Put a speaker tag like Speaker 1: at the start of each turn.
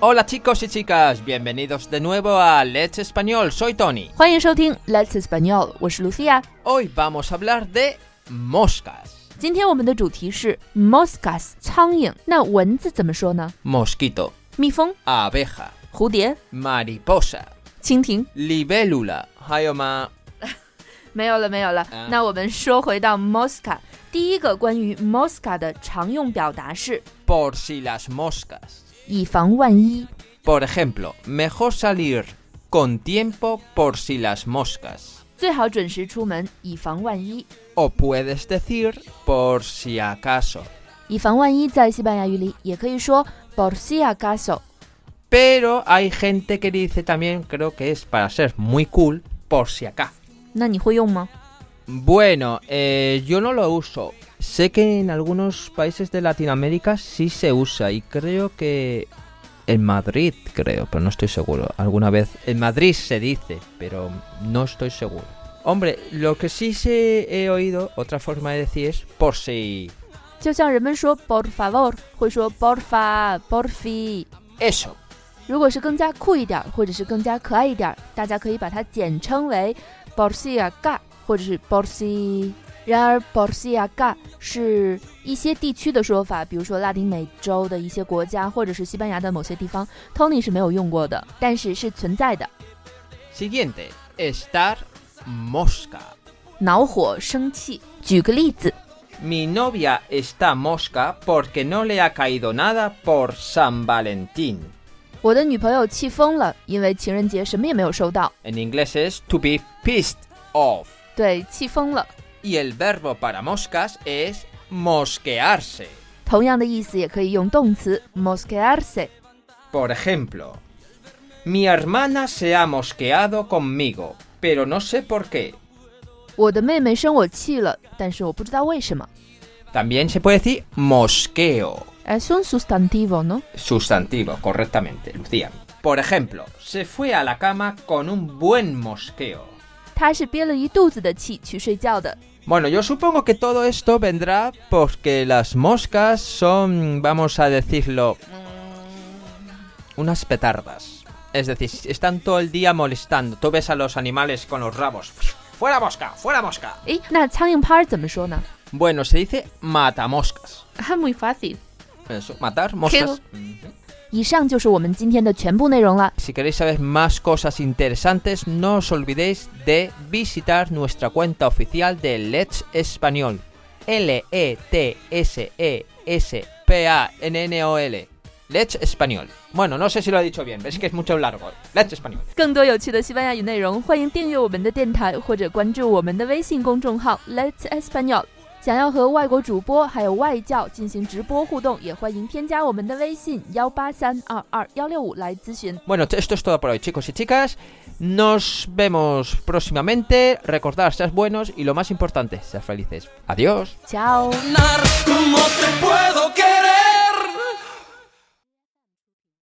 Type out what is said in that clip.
Speaker 1: Hola chicos y chicas, bienvenidos de nuevo a Let's Español, soy Tony.
Speaker 2: 欢迎收听 Let's Español，我是 Lucia。
Speaker 1: Hoy vamos a hablar de moscas.
Speaker 2: 今天我们的主题是 moscas 苍蝇，那蚊子怎么说呢？
Speaker 1: Mosquito,
Speaker 2: 蜜蜂、
Speaker 1: abeja,
Speaker 2: 蝴蝶、
Speaker 1: mariposa,
Speaker 2: 蜻蜓，
Speaker 1: libélula, hayoma.
Speaker 2: 没有了，没有了。
Speaker 1: 啊
Speaker 2: 那我们说回到 mosca，第一个关于 mosca 的常用表达是
Speaker 1: Por si las moscas.
Speaker 2: 以防万一。
Speaker 1: Por ejemplo, mejor salir con tiempo por si las moscas.
Speaker 2: 最好准时出门，以防万一。
Speaker 1: O puedes decir por si acaso.
Speaker 2: 以防万一，在西班牙语里也可以说 por si acaso。
Speaker 1: Pero hay gente que dice también, creo que es para ser muy cool, por si acá.
Speaker 2: 那你会用吗？
Speaker 1: Bueno, eh, yo no lo uso. Sé que en algunos países de Latinoamérica sí se usa y creo que en Madrid, creo, pero no estoy seguro. Alguna vez en Madrid se dice, pero no estoy seguro. Hombre, lo que sí se he oído, otra forma de decir es por si.
Speaker 2: 就像人们说 por favor，会说 porfa、porfi。
Speaker 1: Eso.
Speaker 2: 如果是更加酷一点儿，或者是更加可爱一点儿，大家可以把它简称为 b o r s i a g a 或者是 b o r s i 然而 b o r s i a g a 是一些地区的说法，比如说拉丁美洲的一些国家，或者是西班牙的某些地方，Tony 是没有用过的，但是是存在的。
Speaker 1: Siguiente, estar mosca.
Speaker 2: 恼火、生气。举个例子，
Speaker 1: Mi novia está mosca porque no le ha caído nada por San Valentín.
Speaker 2: 我的女朋友气疯了，因为情人节什么也没有收到，
Speaker 1: En inglés es to be pissed off.
Speaker 2: 对，气疯了。
Speaker 1: Y el verbo para moscas es mosquearse.
Speaker 2: 同样的意思也可以用动词 mosquearse。
Speaker 1: Por ejemplo, mi hermana se ha mosqueado conmigo, pero no sé por qué.
Speaker 2: 我的妹妹生我气了，但是我不知道为什么。
Speaker 1: También se puede decir mosqueo,
Speaker 2: Es un sustantivo, ¿no?
Speaker 1: sustantivo, correctamente, Lucía. Por ejemplo, se fue a la cama con un buen mosqueo.
Speaker 2: 他是憋了一肚子的气去睡觉的。
Speaker 1: Bueno, yo supongo que todo esto vendrá porque las moscas son, vamos a decirlo, unas petardas. Es decir, están todo el día molestando. Tú ves a los animales con los rabos. ¡Fuera mosca! ¡Fuera mosca!
Speaker 2: 诶，那苍蝇拍儿怎么说呢
Speaker 1: Bueno, se dice matamoscas.
Speaker 2: Ah, muy fácil。
Speaker 1: Eso, matar moscas. Mm. Ujú.
Speaker 2: 以上就是我们今天的全部内容了。
Speaker 1: Si queréis saber más cosas interesantes, no os olvidéis de visitar nuestra cuenta oficial de Let's Español. E L-E-T-S-E-S-P-A-N-N-O-L. Let's Español. Bueno, no sé si lo he dicho bien, ves que es mucho largo. Let's Español.
Speaker 2: 更多有趣的西班牙语内容，欢迎订阅我们的电台或者关注我们的微信公众号 Let's Español。想要和外国主播还有外教进行直播互动，也欢迎添加我们的微信幺八三二二幺六五来咨询。
Speaker 1: Bueno, esto es todo por hoy, chicos y chicas. Nos vemos próximamente. Recordad, seas buenos y lo más importante, seas felices. Adiós.
Speaker 2: Chao。
Speaker 3: No te puedo quedar.